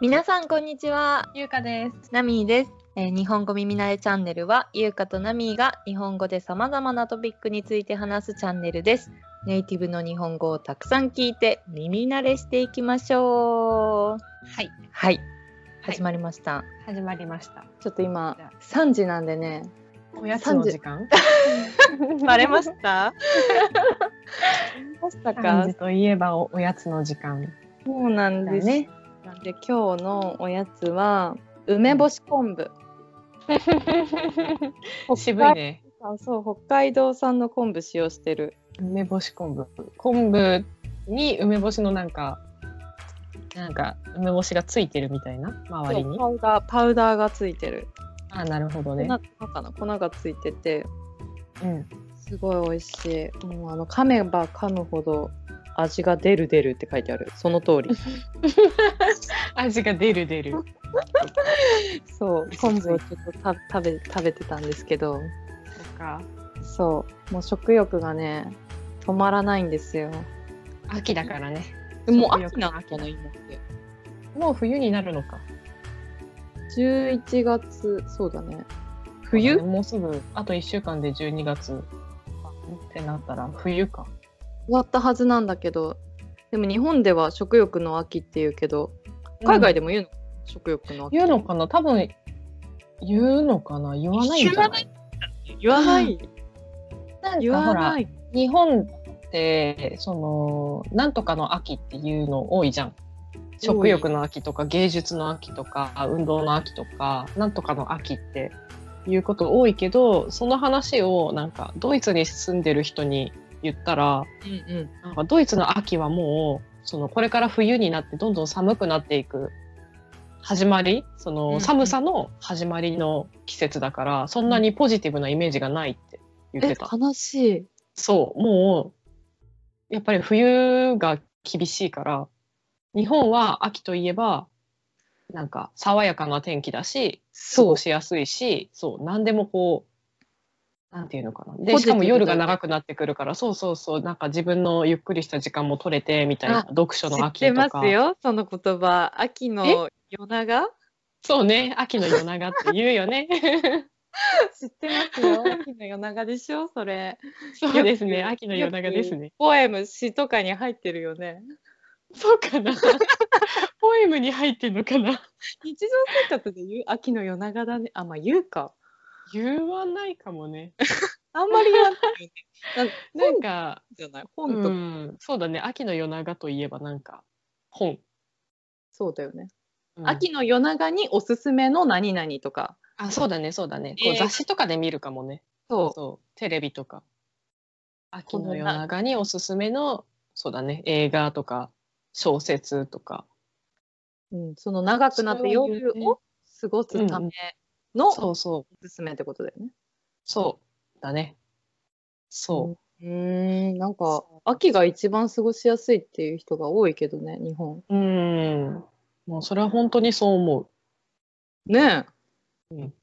皆さんこんにちはゆうかです。ナミーです、えー日本語耳慣れチャンネルはゆうかとナミーが日本語でさまざまなトピックについて話すチャンネルですネイティブの日本語をたくさん聞いて耳慣れしていきましょうはい、はい始まりました、始まりました。ちょっと今じゃあ3時なんでねおやつの30時間。バレましたました漢か字といえばおおやつの時間。そうなんです、だねなんで今日のおやつは梅干し昆布渋いね。あそう北海道産の昆布使用してる梅干し昆布。昆布に梅干しのなんか、なんか梅干しがついてるみたいな周りにそ。うパウダーパウダーがついてる、あー、なるほどね。粉かな粉がついててうん。すごい美味しいもうあの噛めば噛むほど味が出る出るって書いてあるその通 り味が出る出る。そう昆布をちょっとた食べ食べてたんですけどそっか。そうもう食欲がね止まらないんですよ秋だからね。もう食秋欲なのの秋かな今ってもう冬になるのか。 11月そうだね冬もうすぐ、あと1週間で12月ってなったら冬か。終わったはずなんだけどでも日本では食欲の秋っていうけど海外ででも言うの、食欲の秋言うのかな多分言うのかな言わないんじゃない言わないなんか言わないい日本ってそのなんとかの秋っていうの多いじゃん食欲の秋とか芸術の秋とか運動の秋とかなんとかの秋っていうこと多いけどその話をなんかドイツに住んでる人に言ったらうんうんなんかドイツの秋はもうそのこれから冬になってどんどん寒くなっていく始まりそうんうのん寒さの始まりの季節だから、そんなにポジティブなイメージがないって言っえてた。悲しいそうもうやっぱり冬が厳しいから日本は秋といえばなんか爽やかな天気だし過ごしやすいしそう何でもこうなんていうのかなでポジしティかブもだ夜が長くなってくるからそうそうそうなんか自分のゆっくりした時間も取れてみたいあな読書の秋とかよその言葉秋の夜長そうね秋の夜長って言うよ ね 知ってますよ秋の夜長でしょそれそうですね秋の夜長ですねポエム詩とかに入ってるよねそうかなポエムに入ってんのかな日常生活で言う秋の夜長だねあまあ言うか言わないかもねあんまり言わないよねなななんんかか、じゃ ないうん本とかそうだね秋の夜長といえばなんか本、そうだよねうん秋の夜長におすすめの何々とか。あそうだねそうだね、こう映画雑誌とかで見るかもねそそうテレビとか秋こののな夜長におすすめのそうだね映画とか小説とかう。うん、その長くなって夜を過ごすためのおそうそうすすめってことだよね。。そうだねそうん、なんかそ秋が一番過ごしやすいっていう人が多いけどね、日本。ううんもうそれは本当にそう思うねえ。うん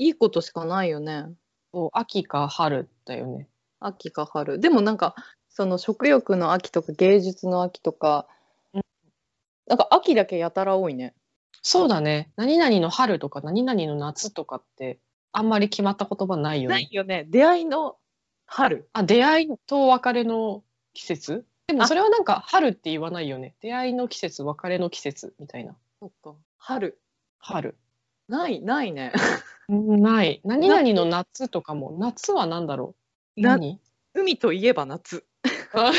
いいことしかないよね。そう秋か春だよね秋か春。でもなんか、その食欲の秋とか芸術の秋とかうん、なんか秋だけやたら多いね。そうだね何々の春とか何々の夏とかってあんまり決まった言葉ないよねよね。出会いの春。あ、出会いと別れの季節でもあそれはなんか春って言わないよね。出会いの季節、別れの季節みたいな。そっか。春。春。ない、ないね。ない。何々の夏とかも、夏は何だろうな何海といえば夏。あ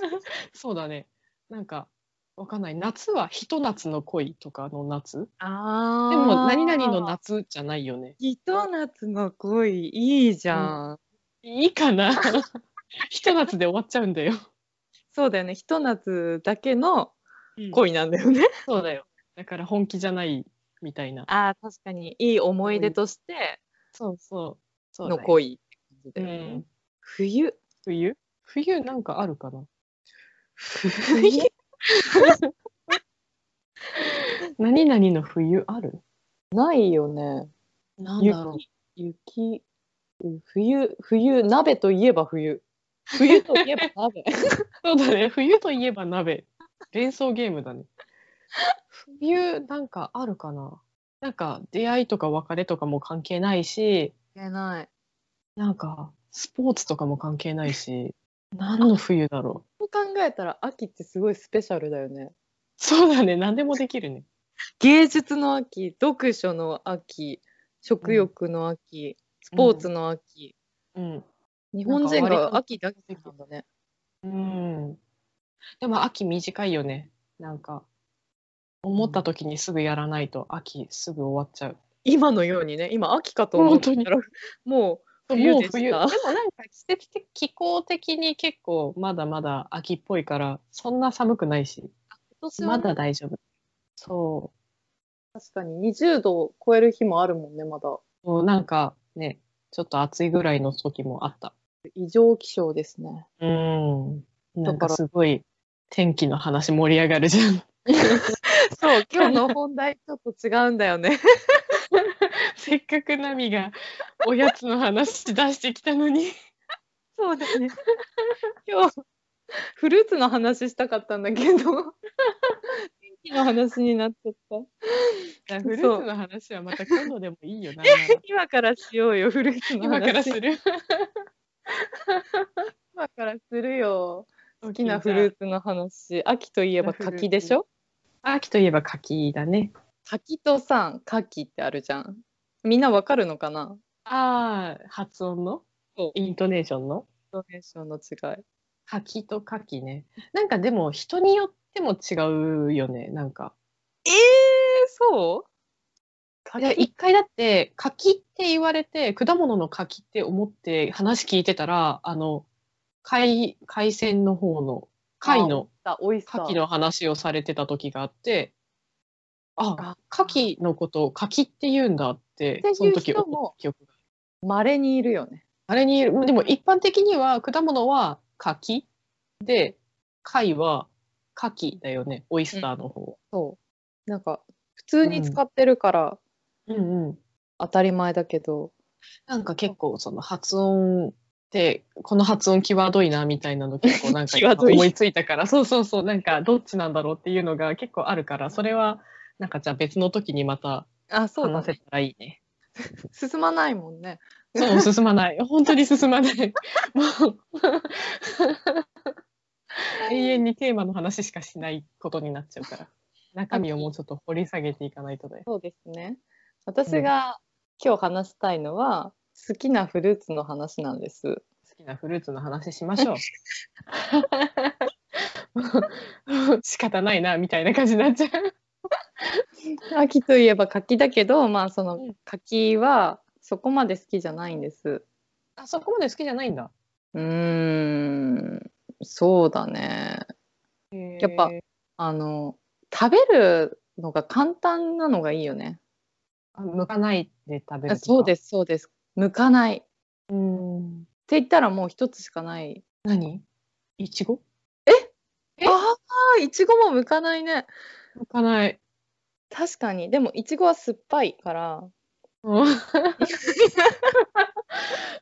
そうだね。なんか、わかんない。夏はひと夏の恋とかの夏あでも何々の。夏じゃないよね。ひと夏の恋いいじゃん。いいかな ひと夏で終わっちゃうんだよ。そうだよね。ひと夏だけの恋なんだよね。そうだよ。だから本気じゃないみたいな。 ああ確かにいい思い出としてそうそう。そうだのよ恋って感じだよねうん冬。冬冬なんかあるかな冬。何々の冬あるないよね。なんだろ雪雪うん冬冬鍋といえば冬。冬と いえば鍋。うそうだね冬といえば鍋連想ゲームだね冬いうなんかあるかななんか出会いとか別れとかも関係ないしえない。なんかスポーツとかも関係ないし何の冬だろう そう考えたら秋ってすごいスペシャルだよね。そうだね何でもできるね芸術の秋、読書の秋、食欲の秋、スポーツの秋。うん、日本人が秋だけなんだね。うん、でも秋短いよねなんか思った時にすぐやらないと秋すぐ終わっちゃう今のようにね、今秋かと思ったら、もう冬もうでし冬でもたなん。か季節的気候的に結構まだまだ秋っぽいからそんな寒くないしまだ大丈夫そ確かに20度を超える日もあるもんね、まだ。うもうなんかねちょっと暑いぐらいの時もあった異常気象ですね。うんなんだかからすごい天気の話盛り上がるじゃん そう、今日の本題ちょっと違うんだよね。せっかくナミがおやつの話出してきたのに そうだ ね。今日、フルーツの話したかったんだけ ど、天気の話になっちゃった。だそフうルーツの話はまた今度でもいいよ な。今からしようよ、フルーツの話。今からす る。今からするよ。好好きなフルーツの話。秋といえば柿でしょ秋といえば柿だね。柿とさ、柿ってあるじゃん。みんなわかるのかなああ、発音のそうイントネーションのイントネーションの違い。柿と柿ね。なんかでも人によっても違うよね。なんか。えー、そういや一回だって柿って言われて果物の柿って思って話聞いてたらあの海海鮮の方の貝のあオイスター牡蠣の話をされてた時があって、あ、牡蠣のことを牡蠣って言うんだってていう、その時人も思った記憶が稀にいるよね。あれに、でも一般的には果物は牡蠣で、貝は牡蠣だよね、オイスターの方。そう。なんか普通に使ってるからうんうん。当たり前だけど、なんか結構その発音って、この発音際どいなみたいなの結構なん か際どい思いついたから、そうそうそう、なんかどっちなんだろうっていうのが結構あるから、それはなんかじゃあ別の時にまたあそうだ話ね。せたらいいね。進まないもんね。そう、進まない。本当に進まない。もう永遠にテーマの話しかしないことになっちゃうから。中身をもうちょっと掘り下げていかないとだよ。そうですね。私が今日話したいのは、好きなフルーツの話なんです。好きなフルーツの話しましょう。仕方ないな、みたいな感じになっちゃう。 秋といえば柿だけど、まあそうのん柿はそこまで好きじゃないんです。あそこまで好きじゃないんだ。うーん、そうだね。やっぱあの食べるのが簡単なのがいいよね。あ剥かないで食べるとか。。そうですすそうです。剥かない。ってうん。言ったらもう一つしかない。何いちごえああ、いちごも剥かないね。剥かない。確かに。でもいちごは酸っぱいから。うん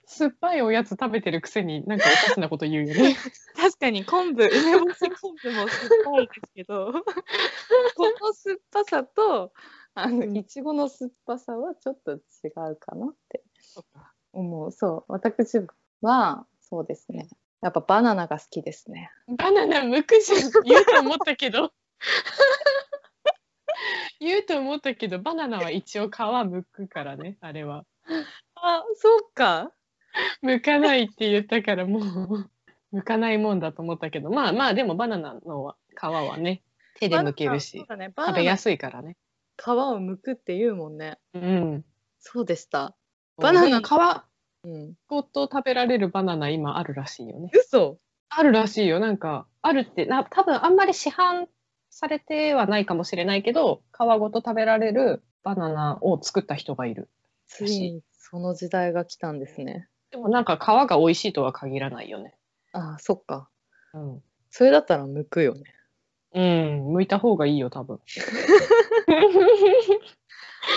酸っぱいおやつ食べてるくせになんかおかしなこと言うよね。確かに昆布、梅干し昆布も酸っぱいですけど、この酸っぱさと、あの、いちごの酸っぱさはちょっと違うかなって思う。そう。私は、そうですね。やっぱバナナが好きですね。 バナナむくじゃん言うと思ったけど 言うと思ったけどバナナは一応皮むくからねあれは。あ、そうか。むかないって言ったからもうむかないもんだと思ったけどまあまあでもバナナの皮はね手でむけるしバナナそうだね、食べやすすいからね。皮を剥くって言うもんね。うん、そうでした。バナナ皮ごうん。と食べられるバナナ今あるらしいよね。嘘。あるらしいよ。なんか、あるって、な多分あんまり市販されてはないかもしれないけど、皮ごと食べられるバナナを作った人がいる。ついにその時代が来たんですね。でもなんか皮が美味しいとは限らないよね。ああ、そっか。うん。それだったら剥くよね。うん、剥いた方がいいよ、多分。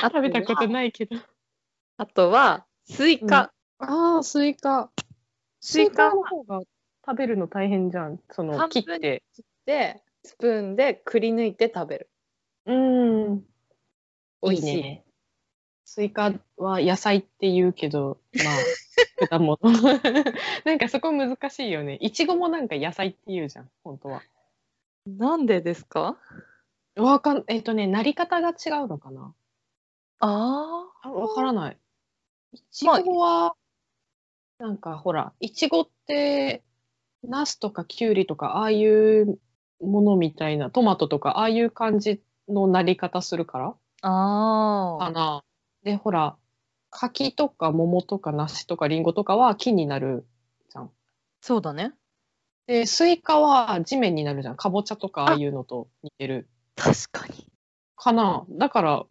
あ食べたことないけど。あとは、スイカ。ああ、スイカ。スイカはの方が食べるの大変じゃん。その、半分切って。で、スプーンでくり抜いて食べる。うん。美味しい。いいねスイカは野菜って言う けど、まあ、果物。 なんかそこ難しいよね。いちごもなんか野菜って言うじゃん、本当は。なんでですかわかん、えっ、とね、なり方が違うのかな。ああわからない。いちまあごは、なんかほら、いちごって、ナスとかキュウリとか、ああいうものみたいな、トマトとか、ああいう感じのなり方するからあ。あかあ。な。で、ほら、柿とか桃とか梨とかリンゴとかは木になるじゃん。そうだね。で、スイカは地面になるじゃん。かぼちゃとかああいうのと似てる。確かに。かな。だから、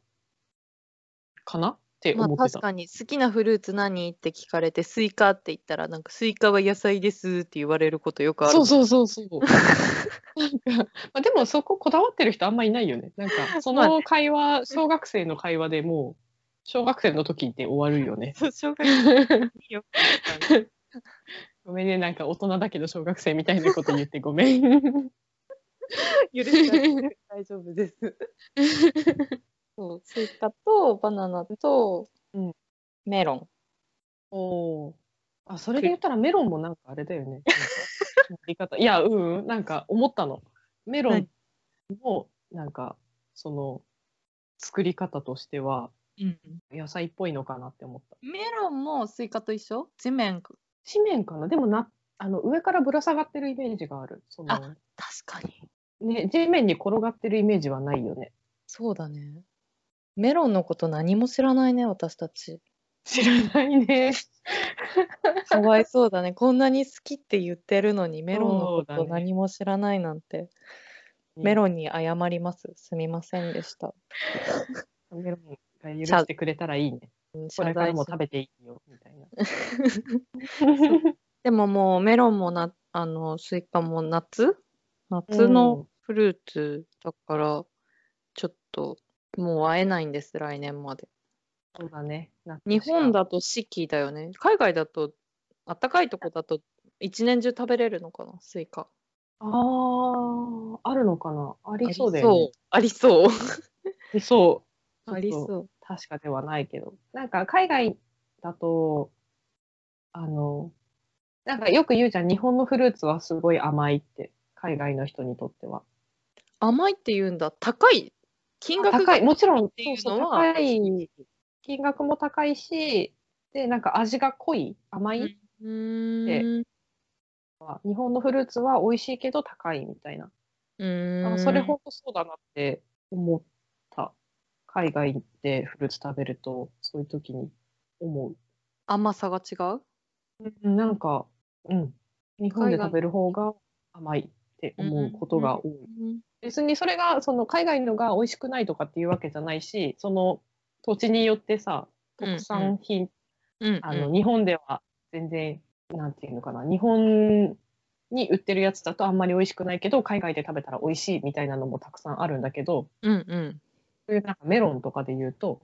かなってまあ思っ確てた。かに好きなフルーツ何って聞かれてスイカって言ったらなんかスイカは野菜ですって言われることよくある。そうそうそうそう。 なんか、まあ、でもそここだわってる人あんまいないよね。なんか、そまあの会話、小学生の会話でもう、小学生の時って終わるよね。そう小学生によくあるごめんね、なんか大人だけど小学生みたいなこと言ってごめん。 許してあげて大丈夫です。そうスイカとバナナと、うんメロン。おーあ、それで言ったらメロンもなんかあれだよ ね。なんかやり方いや、うんうん、なんか思ったの。メロンも、なんか、その、作り方としては、野菜っぽいのかなって思った。メロンもスイカと一緒地面確地面かなでもな、あの、上からぶら下がってるイメージがある。そのあ、かに。ね、地面に転がってるイメージはないよね。そうだね。メロンのこと何も知らないね私たち。知らないね。かわいそうだね。こんなに好きって言ってるのにメロンのこそうだとね何も知らないなんて。メロンに謝ります。すみませんでした。ン。メロンが許してくれたらいいね。うんこ謝れから罪もし食べていいよ、みたいな。 でももうメロンもなあのスイカも夏夏のフルーツだからちょっともう会えないんです来年まで。そうだね。夏し日か本だと四季だよね。海外だとあったかいとこだと一年中食べれるのかなスイカ。あーあるのかなありそうだよね。ありそう。ありそう。あありそう。りちょっそう。と確かではないけど。なんか海外だと、あの、なんかよく言うじゃん、日本のフルーツはすごい甘いって、海外の人にとっては。甘いって言うんだ。高い金額が高い、もちろん、っていうそうのそうは高い、金額も高いし、で、なんか味が濃い、甘い、うーん。日本のフルーツは美味しいけど高いみたいな。うーあんそれほんとそうだなって思った。海外行ってフルーツ食べると、そういう時に思甘さが違うう。うんなんか、うん。日本で食べる方が甘いって思うことが多い。別にそれが、その海外のが美味しくないとかっていうわけじゃないし、その土地によってさ、特産品、うんあの、日本では全然、なんていうのかな、日本に売ってるやつだとあんまり美味しくないけど、海外で食べたら美味しいみたいなのもたくさんあるんだけど、うんうんそういうなんかメロンとかで言うと、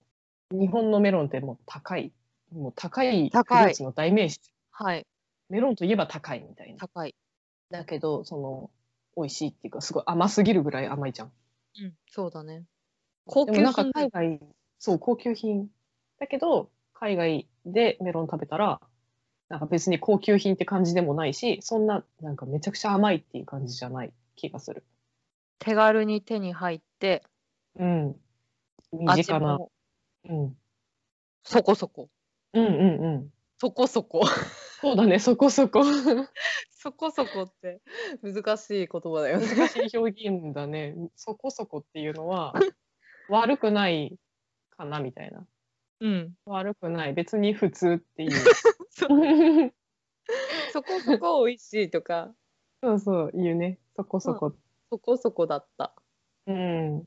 日本のメロンってもう高い。もう高いフル高いーツの代名詞。はいメロンといえば高いみたいな。高い、だけど、その、美味しいっていうか、すごい甘すぎるぐらい甘いじゃん。うん、そうだね高級でも品なんか海外、そう、高級品。だけど、海外でメロン食べたら、なんか別に高級品って感じでもないし、そんな、なんかめちゃくちゃ甘いっていう感じじゃない気がする。手軽に手に入ってうん。身味近な。もうん。そこそこうんうんうん。そこそこそうだね、そこそこ。 そこそこって難しい言葉だよね難しい表現だね。そこそこっていうのは、悪くないかなみたいな。うん悪くない。別に普通っていう。そそこそこ美味しいとかそうそう、言うね。そこそこ。そこそこだったうん。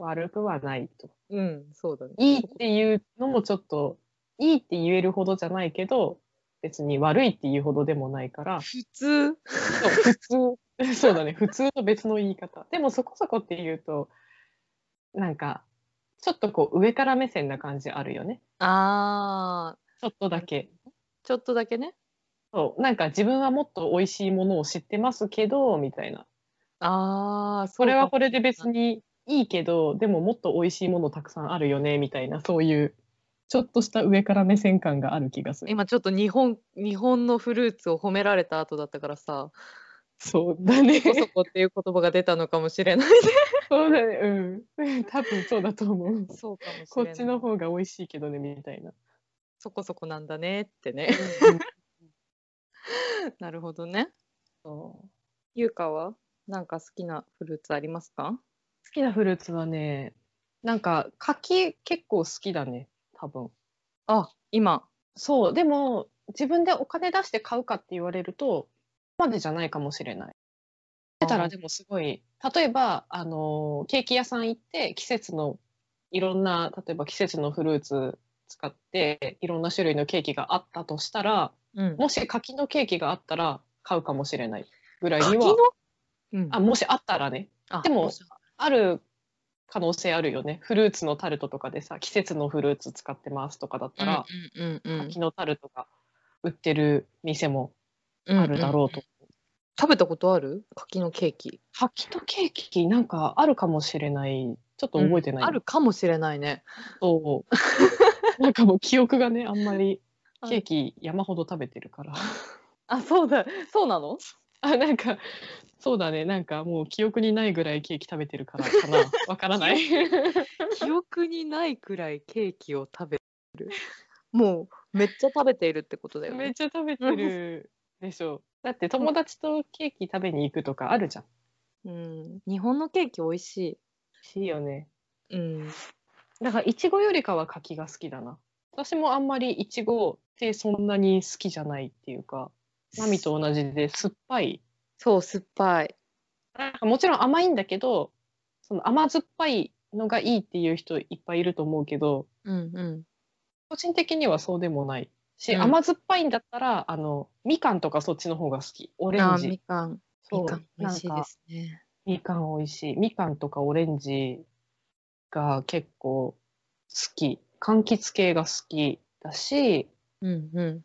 悪くはないと。うんそうだねいいっていうのもちょっと、いいって言えるほどじゃないけど、別に悪いっていうほどでもないから、普通そう普通、そうだね、普通と別の言い方。でもそこそこっていうと、なんか、ちょっとこう上から目線な感じあるよね。あーちょっとだけ。ちょっとだけねそう、なんか自分はもっと美味しいものを知ってますけど、みたいな。ああそれはこれで別にいいけどでももっと美味しいものたくさんあるよねみたいなそういうちょっとした上から目線感がある気がする今ちょっと日本日本のフルーツを褒められた後だったからさそうだね「そこそこ」っていう言葉が出たのかもしれないそうだねうん 多分そうだと思 う そうかもしれないこっちの方が美味しいけどねみたいなそこそこなんだねってね なるほどねそうゆうかはなんか好きなフルーツありますか好きなフルーツはねなんか柿結構好きだね多分あ今そうでも自分でお金出して買うかって言われるとそこまでじゃないかもしれないあー出たらでもすごい例えばあのケーキ屋さん行って季節のいろんな例えば季節のフルーツ使っていろんな種類のケーキがあったとしたらうんもし柿のケーキがあったら買うかもしれないぐらい柿にのは、うんあもしあったらねあでもある可能性あるよねフルーツのタルトとかでさ季節のフルーツ使ってますとかだったら、うんうんうんうん柿のタルトが売ってる店もあるだろうと、食べたことある柿のケーキ柿とケーキなんかあるかもしれないちょっと覚えてない、あるかもしれないねそうなんかもう記憶がねあんまりケーキ山ほど食べてるからあそうだそうなのあなんかそうだねなんかもう記憶にないぐらいケーキ食べてるからか なわからない記憶にないくらいケーキを食べるもうめっちゃ食べているってことだよめっねちゃ食べてるでしょだって友達とケーキ食べに行くとかあるじゃんうん日本のケーキ美味ししいよねいうんだからいちごよりかは柿が好きだな私もあんまりいちごってそんなに好きじゃないっていうかナミと同じで酸っぱいそう酸っぱいなんかもちろん甘いんだけどその甘酸っぱいのがいいっていう人いっぱいいると思うけどうんうん個人的にはそうでもないし、うん甘酸っぱいんだったらあのみかんとかそっちの方が好きオレンあジみかんそうみかん美味しいなんでかすねみかん美味しい。みかんとかオレンジが結構好き。柑橘系が好きだし、うんうん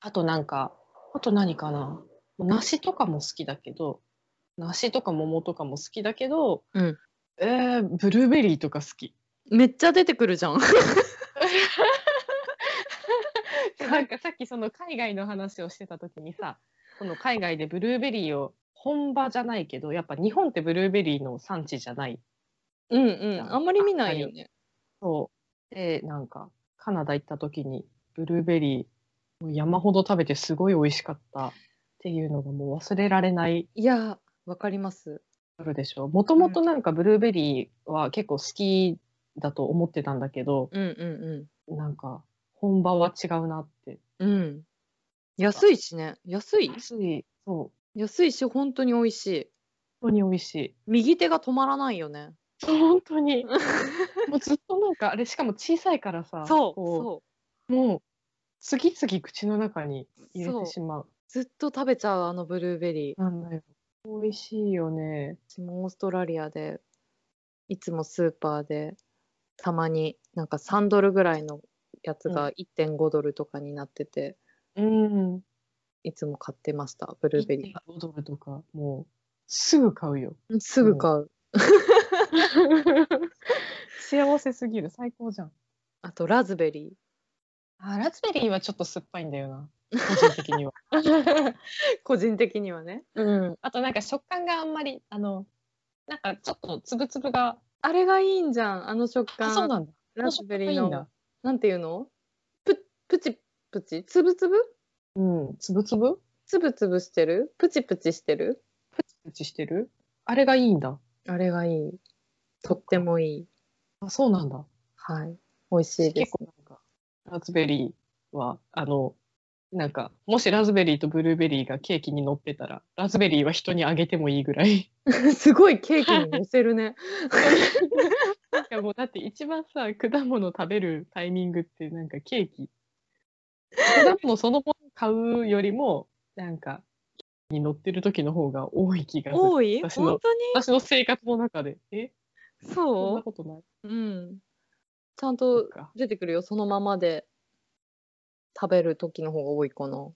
あとなんか、あと何かな。梨とかも好きだけど、梨とか桃とかも好きだけど、うんえーブルーベリーとか好き。 めっちゃ出てくるじゃんなんかさっきその海外の話をしてた時にさ、その海外でブルーベリーを本場じゃないけど、やっぱ日本ってブルーベリーの産地じゃないうんうん あんまり見ないよねそう。で、なんか、カナダ行った時に、ブルーベリー、もう山ほど食べてすごい美味しかったっていうのがもう忘れられないいやわかります夜でしょ。もともとなんかブルーベリーは結構好きだと思ってたんだけど、うんうなんか、本場は違うなって。んうんうん安いしね安い安い。そう。安いし本当に美味しい本当に美味しい。右手が止まらないよね本 当に。もうずっとなんか、あれ、しかも小さいからさ、そうこそううもう、次々口の中に入れそうてしまう。ずっと食べちゃうあのブルーベリーなんだよ。美味しいよね。私もオーストラリアでいつもスーパーでたまになんか3ドルぐらいのやつが1.5ドルとかになってて、うん。いつも買ってましたブルーベリーが1.5ドルとか、もう、すぐ買うよ。すぐ買う幸せすぎる。最高じゃん。あとラズベリあ、ラズベリーはちょっと酸っぱいんだよな。個人的 には。ー個人的にはねうん。あとなんか食感があんまり、あの、なんかちょっとつぶつぶが。あれがいいんじゃんあの食あ、感そうなんだ。ラズベリーいいのんだ。なんていうのププチプチつぶつぶうん。つぶつぶつぶつぶしてるプチプチしてるプチプチしてるあれがいいんだ。あれがいいとってもいいあ、そうなんだ。はい美味しいです結構なんか、ラズベリーは、あの、なんか、もしラズベリーとブルーベリーがケーキに乗ってたら、ラズベリーは人にあげてもいいぐらい。 すごいケーキに乗せるね。なんかもうだって一番さ、果物食べるタイミングってなんかケーキ。果物そのもの買うよりも、なんか、ケーキに乗ってる時の方が多い気がする。多い 私の本当に私の生活の中で。えそんそなことないううん。ちゃんそとっか。出てくるよ、そのままで食べる時の方が多いかな。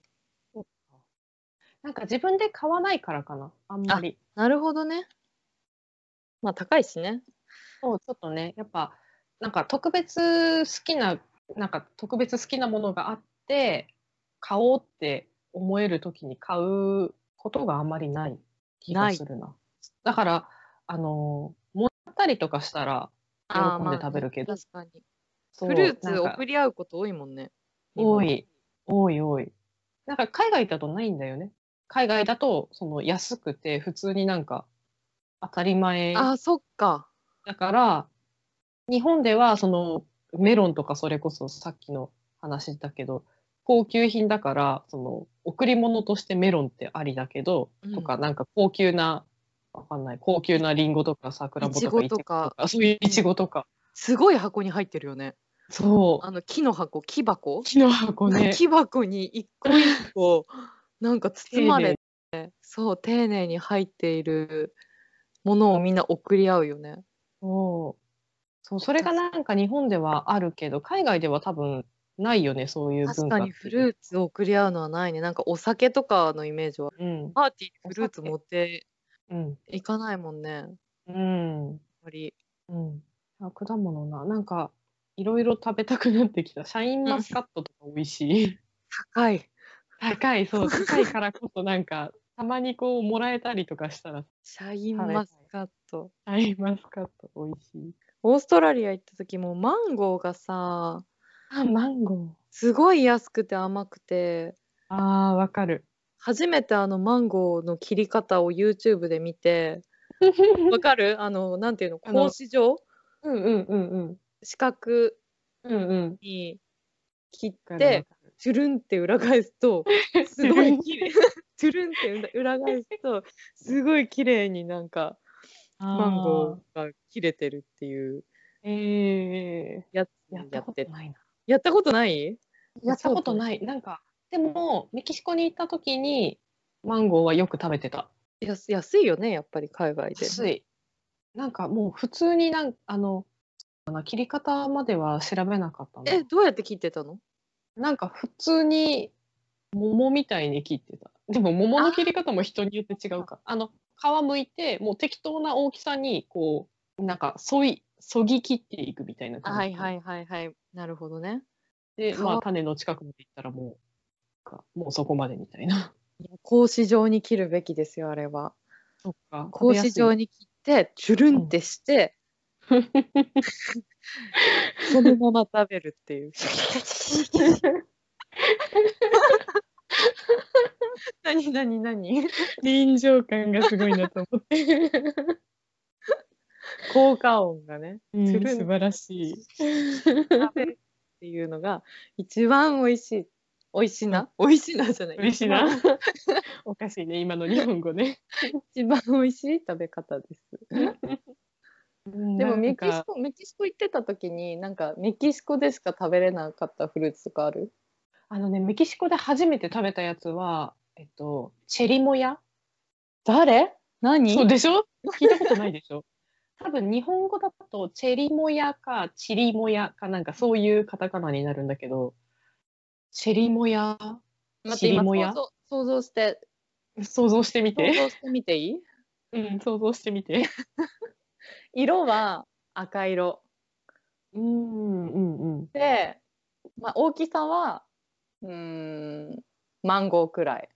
なんか自分で買わないからかな、あんまり。なるほどね。まあ高いしね。そうちょっとねやっぱなんか特別好きななんか特別好きなものがあって買おうって思える時に買うことがあまりない気がするな。だからあのもらったりとかしたら喜あーんで食べるけど、まあね確かに。そうフルーツなんか送り合うこと多いもんね。多い多い多い。なんか海外だとないんだよね。海外だとその安くて普通になんか当たり前日本。あー、そっか。だから、日本ではそのメロンとかそれこそさっきの話だけど、高級品だから、その贈り物としてメロンってありだけど、うんとかなんか高級な、わかんない、高級なリンゴとか桜んぼとかいちごとかイチゴそういういちごとか。すごい箱に入ってるよね。そう。あの木の箱、木箱、木の箱ね。木箱に一個一個、 なんか包まれて、そう、丁寧に入っているものをみんな送り合うよね。そう。そう、それがなんか日本ではあるけど、海外では多分ないよね、そういう確文化かっていう。にフルーツを送り合うのはないね。なんかお酒とかのイメージは。うん。パーティーにフルーツ持ってうん。いかないもんね。あんうん。まり。うん、あ果物ななんかいろいろ食べたくなってきたシャインマスカットとか美味しい高い。高いそう高いからこそなんかたまにこうもらえたりとかしたらシシャインマスカット。ャインマスカット美味しいオーストラリア行った時もマンゴーがさ、あマンゴすごい安くて甘くて、ーあーわかる初めてあのマンゴーの切り方を YouTube で見て、 わかるあの、なんていうの、あの格子状うんうんうんうん四角うんうんに切って、でトゥルンって裏返す と、すごい 綺麗。トゥルンって裏返すと、すごい綺麗になんか、ママンゴーが切れてるっていうーえやつー、ややったっこてと。ないなやったことないやったことないなんかでもメキシコに行った時にマンゴーはよく食べてた安安いよね、やっぱり海外で。安い。なんかもう普通になんあのそうだな切り方までは調べなかったえ、な。どうやって切ってたのなんか普通に桃みたいに切ってた。でも桃の切り方も人によって違うから。あの皮剥いてもう適当な大きさにこうなんかそいそぎ切っていくみたいな感じ。はいはいはいはい。なるほどね。で皮まあ種の近くまで行ったらもうなんかもうそこまでみたいな。格子状に切るべきですよ、あれは。そっか。格子状 に。に切って、チュルンってして、そのまま食べるっていう。 何何何臨場感がすごいなと思って。効果音がね、うんつるん素晴らしい。食べるっていうのが一番美味しい。美味しいな美味しいなじゃない嬉しい な。おかしいね、今の日本語ね。一番美味しい食べ方です。ででもメキシコメキシコ行ってた時になんかメキシコでしか食べれなかったフルーツとかあるあのね、メキシコで初めて食べたやつは、えっと、チェリモヤ。誰何そうでし ょ聞いたことないでしょ多分日本語だとチェリモヤかチリモヤかなんかそういうカタカナになるんだけど、チェリモヤ、待ってチリ今モヤ想像想像して想像してみ想て。像してみていいうん、想像してみて。色は赤色うん、うん、うん。で、まあ、大きさはうーんマンゴーくらい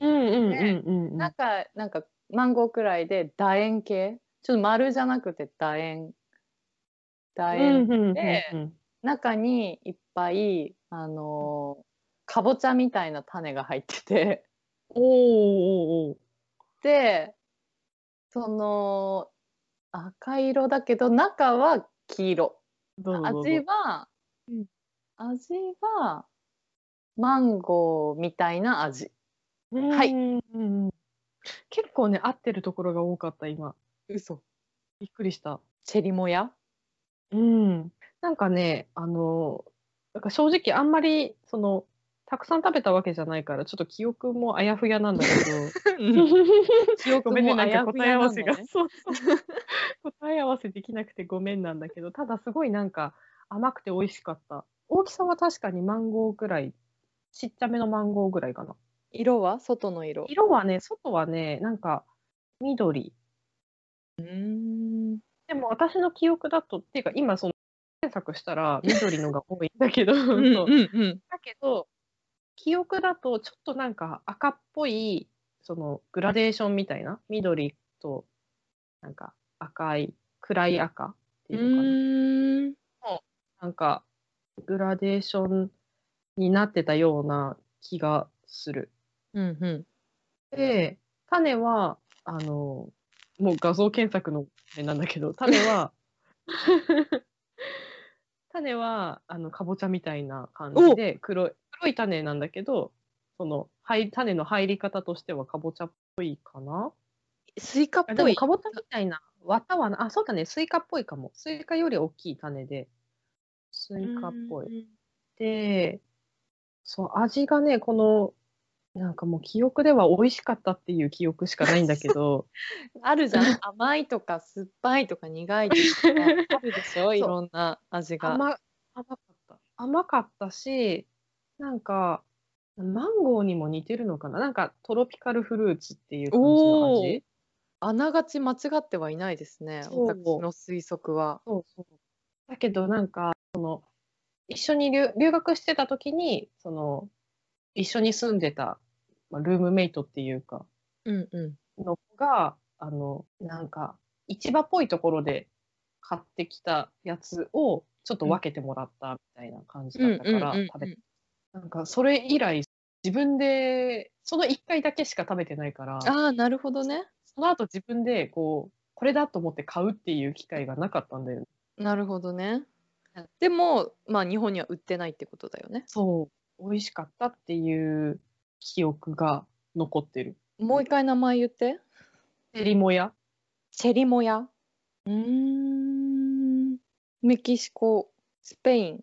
うん、うん、うん、うんなん。かなんかマンゴーくらいで楕円形ちょっと丸じゃなくて楕円楕円、で中にいっぱいあのーかぼちゃみたいな種が入ってて おおおーおーでその赤色だけど中は黄色どうぞどうぞ味は、うん味はマンゴーみたいな味はいい。結構ね、合ってるところが多かった、今。嘘びっくりした。チェリモヤうん。なんかね、あの、なんか正直あんまり、その、たくさん食べたわけじゃないから、ちょっと記憶もあやふやなんだ けど。記憶ごめんね、もなあんかやふ答えや合なわんせだが。ねそうそう答え合わせできなくてごめんなんだけど、ただすごいなんか甘くて美味しかった。大きさは確かにマンゴーぐらい、ちっちゃめのマンゴーぐらいかな。色は外の色色はね、外はね、なんか緑。うーんででも私の記憶だとっていうか今その検索したら 緑のが多いんだけどそううんうんうん。だけど記憶だとちょっとなんか赤っぽいそのグラデーションみたいな緑となんか赤い暗い赤ってういうのかなーん。なんかグラデーションになってたような気がする。うんうん。で種はあのもう画像検索のあれなんだ けど種は種はあのかぼちゃみたいな感じで黒い黒い種なんだけどその入り種の入り方としてはかぼちゃっぽいかなスイカっあでぽもい。かぼちゃみたいな綿はなあそうだねスイカっぽいかもスイカより大きい種でスイカっぽい。い。で、そう、味がね、この、なんかもう記憶では美味しかったっていう記憶しかないんだけ ど、あるじゃん。甘いとか酸っぱいとか苦い とか。あるでしょ。いろんな味が。甘、甘かった。甘かったし、なんか、マンゴーにも似てるのかななんかトロピカルフルーツっていう感じのおー味あながち間違ってはいないですね。そう私の推測は。そうそう。だけどなんか、その、一緒に留留学してた時に、その、一緒に住んでた、まあ、ルームメイトっていうか、うんうの子が、あの、なんか、市場っぽいところで買ってきたやつを、ちょっと分けてもらったみたいな感じん。うんだったうかんら、うん食べて。なんか、それ以来、自分で、その1回だけしか食べてないから、ああ、なるほどね。その後自分で、こう、これだと思って買うっていう機会がなかったんだよね。なるほどね。でも、まあ、日本には売ってないってことだよね。そう、美味しかったっていう記憶が残ってる。もう一回名前言って。テリモヤチェリモヤ。うーん。メキシコ、スペイン。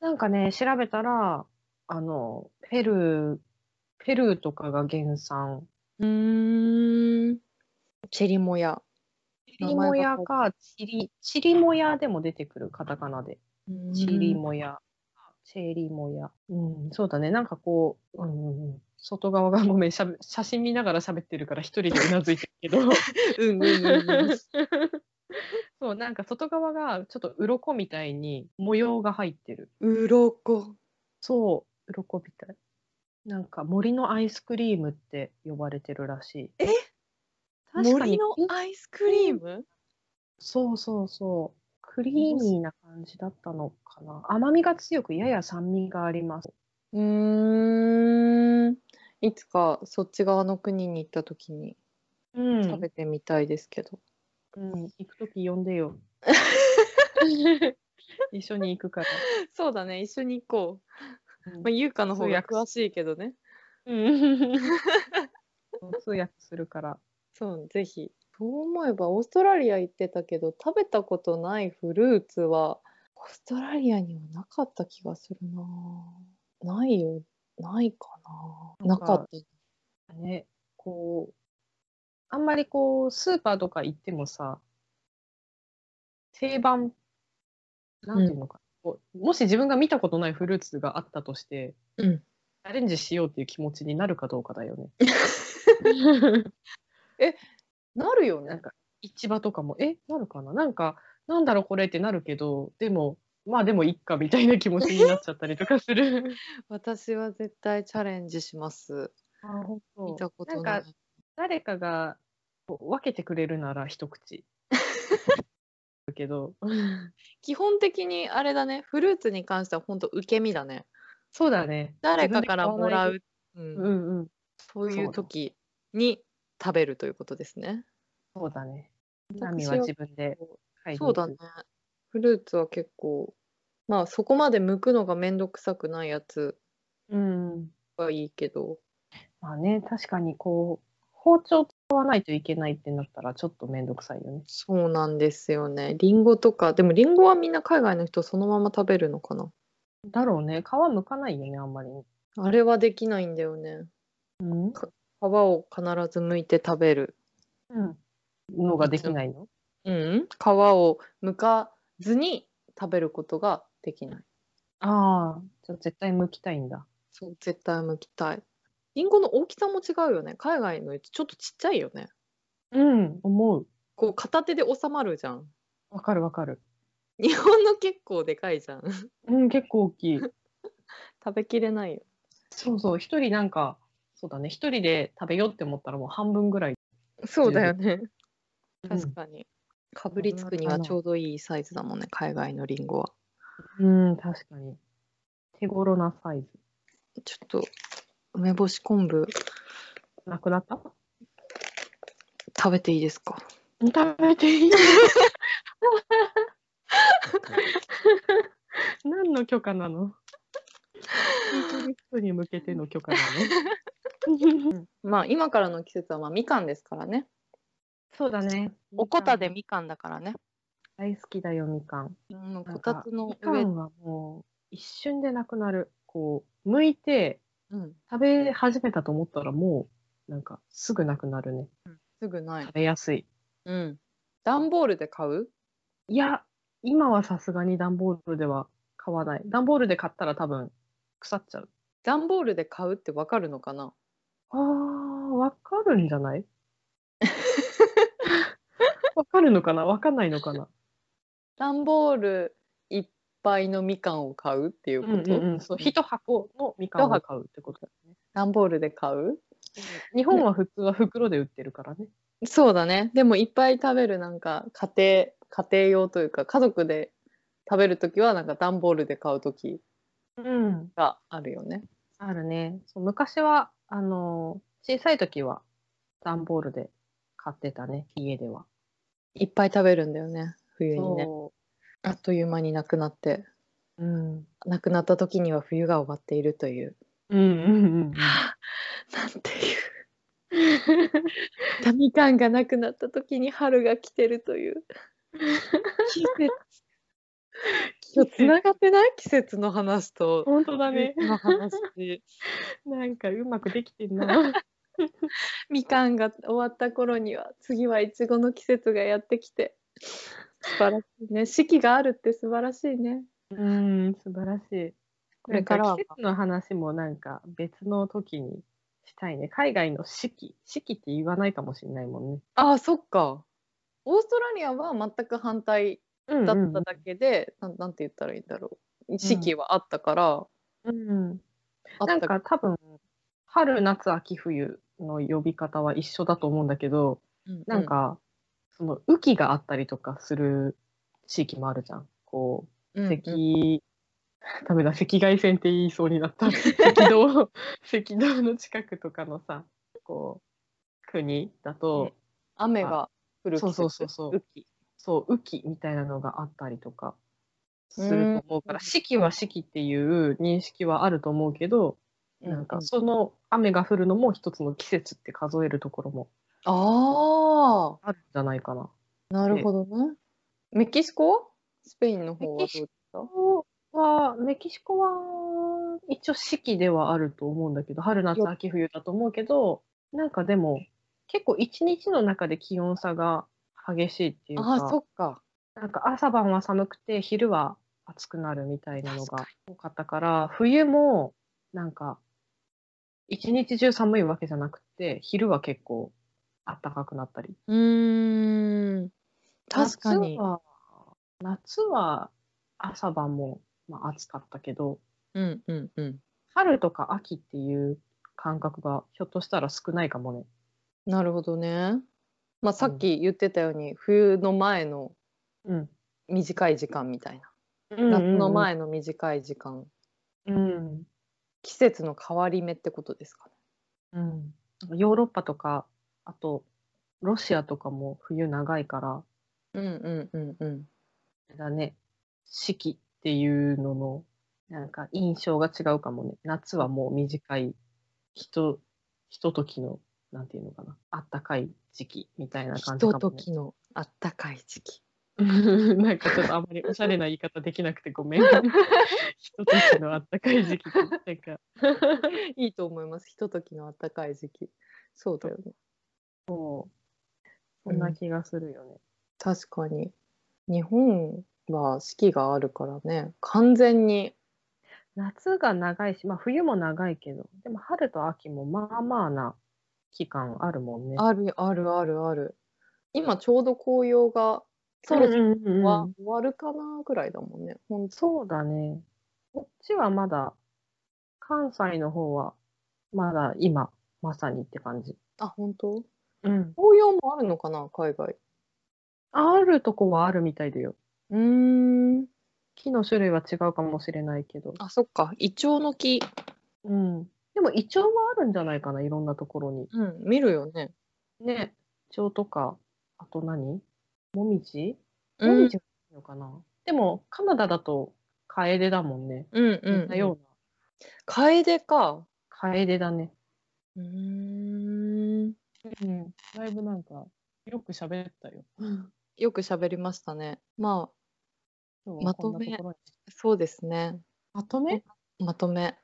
なんかね、調べたら、あの、ペルー、ペルーとかが原産。うーん。チェリモヤ。チ名リ前がモヤか、チリ、チリモヤでも出てくる、カタカナで。チリモヤ、チェリモヤ。うん、そうだね、なんかこう、うんうんうん、外側がごめん、しゃべ写真見ながら喋ってるから一人でうなずいてるけ ど。うんうんうんうん。そう、なんか外側がちょっと鱗みたいに模様が入ってる。うろこ。そう、鱗みたい。なんか森のアイスクリームって呼ばれてるらしい。え確か森にのアイスクリームそうそうそう。クリーミーな感じだったのかな。甘みが強く、やや酸味があります。うーん。いつかそっち側の国に行った時にうん食べてみたいですけど。うん、行くとき呼んで よ。一緒に行くから。そうだね、一緒に行こう。うんまあ、優香の方通が訳詳しいけどね。 通訳するから。そう、ぜひ。そう思えば、オーストラリア行ってたけど、食べたことないフルーツは、オーストラリアにはなかった気がするなぁないよ、ないかなぁななんかかった。ね、こう、あんまりこう、スーパーとか行ってもさ、定番、なんていうのか、こうもし自分が見たことないフルーツがあったとして、うんアレンジしようっていう気持ちになるかどうか だよね。なるよなんね。か市場とかも、え、なるかななんか、なんだろうこれってなるけど、でも、まあでもいっかみたいな気持ちになっちゃったりとか する。私は絶対チャレンジします。あ、本当見たことなんない。か、誰かがこう分けてくれるなら一口。だけど、基本的にあれだね、フルーツに関しては本当受け身だね。そうだね。誰かからもら自う、うん分で買わないと。うんうん。そういう時に食べるということですね。そうだね。私はナミは自分で買いにそう行くだね。。フルーツは結構、まあそこまで剥くのがめんどくさくないやつうん。がいいけど、まあね、確かにこう、包丁使わないといけないってなったらちょっとめんどくさいよね。そうなんですよね。リンゴとか、でもリンゴはみんな海外の人そのまま食べるのかな。だろうね。皮むかないよね、あんまり。あれはできないんだよね。うん皮を必ず剥いて食べる。うん、のができないのうん、皮を剥かずに食べることができない。ああ、じゃあ絶対剥きたいんだ。そう、絶対剥きたい。リンゴの大きさも違うよね。海外のやつちょっとちっちゃいよね。うん、思う。こう片手で収まるじゃん。わかるわかる。日本の結構でかいじゃん。食うん、結構大きい。べきれないよ。そうそう、一人なんか、そうだね、一人で食べようって思ったらもう半分ぐらい。そうだよね。う確んかに。かぶりつくにはちょうどいいサイズだもんね、海外のリンゴは。うん、確かに。手頃なサイズ。ちょっと、梅干し昆布なくなった食べていいですか食べていい 何の許可なの人に向けての許可なのまあ、今からの季節はまあみかんですからね。そうだね。おこたでみかんだからね。大好きだよ、みかん。うん、なんこかたつのみか上。んはもう一瞬でなくなる。こう、剥いてうん、食べ始めたと思ったらもう、なんかすぐなくなるね。すぐない食。べやすい。うん。段ボールで買ういや、今はさすがに段ボールでは買わない。段ボールで買ったら多分腐っちゃう。段ボールで買うってわかるのかなあー、わかるんじゃない わかるのかなわかんないのかな段ボールいっぱいのみかんを買うっていううこんと、うんうん。そう、一箱のみかんを買うってことだよね。段ボールで買う日本は普通は袋で売ってるからね。そうだね。でもいっぱい食べるなんか家庭、家庭用というか家族で食べるときはなんか段ボールで買うときうん。があるよね。あるね。そう昔は、あのー小さい時は段ボールで買ってたね、家では。いっぱい食べるんだよね。冬にね。そあっという間になくなって、う。うん。なくなったときには冬が終わっているという。うんうん うん。なんていう。 タミカンがなくなったときに春が来てるという。季節。 今日つながってない季節の話と。本当だ季ね。節の話。なんかうまくできてん な。みかんが終わった頃には次はいちごの季節がやってきて素晴らしいね四季があるって素晴らしいねうん、素晴らしい。これからはなん季節の話もなんか別の時にしたいね。海外の四季。四季って言わないかもしれないもんね。ああそっかオーストラリアは全く反対うんだっただけで、なんなんて言ったらいいんだろう四季はあったから、うん。あなっんたかか多分、春、夏、秋、冬の呼び方は一緒だと思うんだけど、なん、か、その雨季があったりとかする地域もあるじゃん。こうう、ん赤、うんダメだ、赤外線って言いそうになった。赤 道、赤道の近くとかのさ、こう、国だと、雨が降る季節そうそうそうそう雨季そう、雨季みたいなのがあったりとかすると思うかうんら、四季は四季っていう認識はあると思うけど、なんかその雨が降るのも一つの季節って数えるところもああるんじゃないかな。あなるほどねメキシコスペインの方はどうですかここはメキシコは一応四季ではあると思うんだけど春夏よ秋冬だと思うけどなんかでも結構一日の中で気温差が激しいっていうああそかっかなんか朝晩は寒くて昼は暑くなるみたいなのが多かったから冬もなんか一日中寒いわけじゃなくて昼は結構暖かくなったりうーん。確かに夏。は夏は朝晩も、まあ、暑かったけどうんうんうん。春とか秋っていう感覚がひょっとしたら少ないかもね。なるほどね。まあさっき言ってたように、冬の前のうん、短い時間みたいな。夏夏のの前前、の短い時間。うん季節の変わり目ってことですかね。うん、ヨーロッパとかあとロシアとかも冬長いからうんうんうんうん。あれだね四季っていうののなんか印象が違うかもね夏はもう短いひとひとときのなんていうのかなあったかい時期みたいなひ感じかとも、ね、ときのあったかい時期。 なんかちょっとあんまりおしゃれな言い方できなくてごめん。ひとときのあったかい時期ってなんかいいと思います。ひとときのあったかい時期。そうだよね。もうそんな気がするよね。確かに。日本は四季があるからね。完全に。夏が長いし、まあ冬も長いけど、でも春と秋もまあまあな期間あるもんね。あるあるあるある。今ちょうど紅葉がそろそうんうんうんろは終わるかなぐらいだもんね。ほんとそうだね。こっちはまだ、関西の方は、まだ今、まさにって感じ。あ、本当うん。紅葉もあるのかな海外。あるとこはあるみたいだよ。うーん。木の種類は違うかもしれないけど。あ、そっか。イチョウの木。うん。でも、イチョウはあるんじゃないかな、いろんなところに。うん、見るよね。ね。イチョウとか、あと何もみじもうみん、じがいいのかな。でも、カナダだと、カエデだもんね。うん、似うん。たような。カエデか。カエデだね。うーん。うん。だいぶなんか、よく喋ったよ。よく喋りましたね。まあ、今日まはとこめんなところにそうですね。まとめまとめ。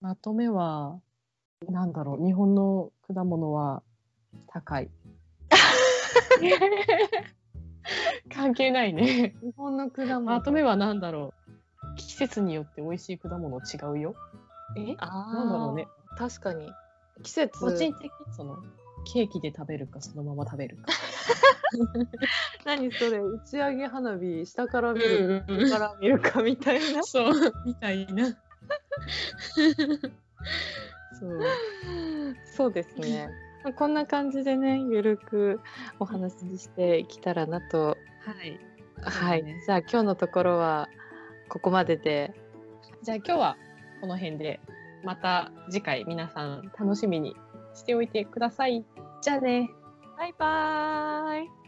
まとめは、なんだろう、日本の果物は 高い。関係ないね。日本の果物。まとめはなんだろう。季節によって美味しい果物違うよ。えあーなんだろうね。。確かに。季節。個人的にそのケーキで食べるかそのまま食べるか。何それ打ち上げ花火下から見る、上から見るかみたいな そうみたいな。そう。そうですねまあこんな感じでねゆるくお話ししていけたらなと、はい。はい、ねじゃあ今日のところはここまででじゃあ今日はこの辺でまた次回皆さん楽しみにしておいてください。じゃあね。バイバーイ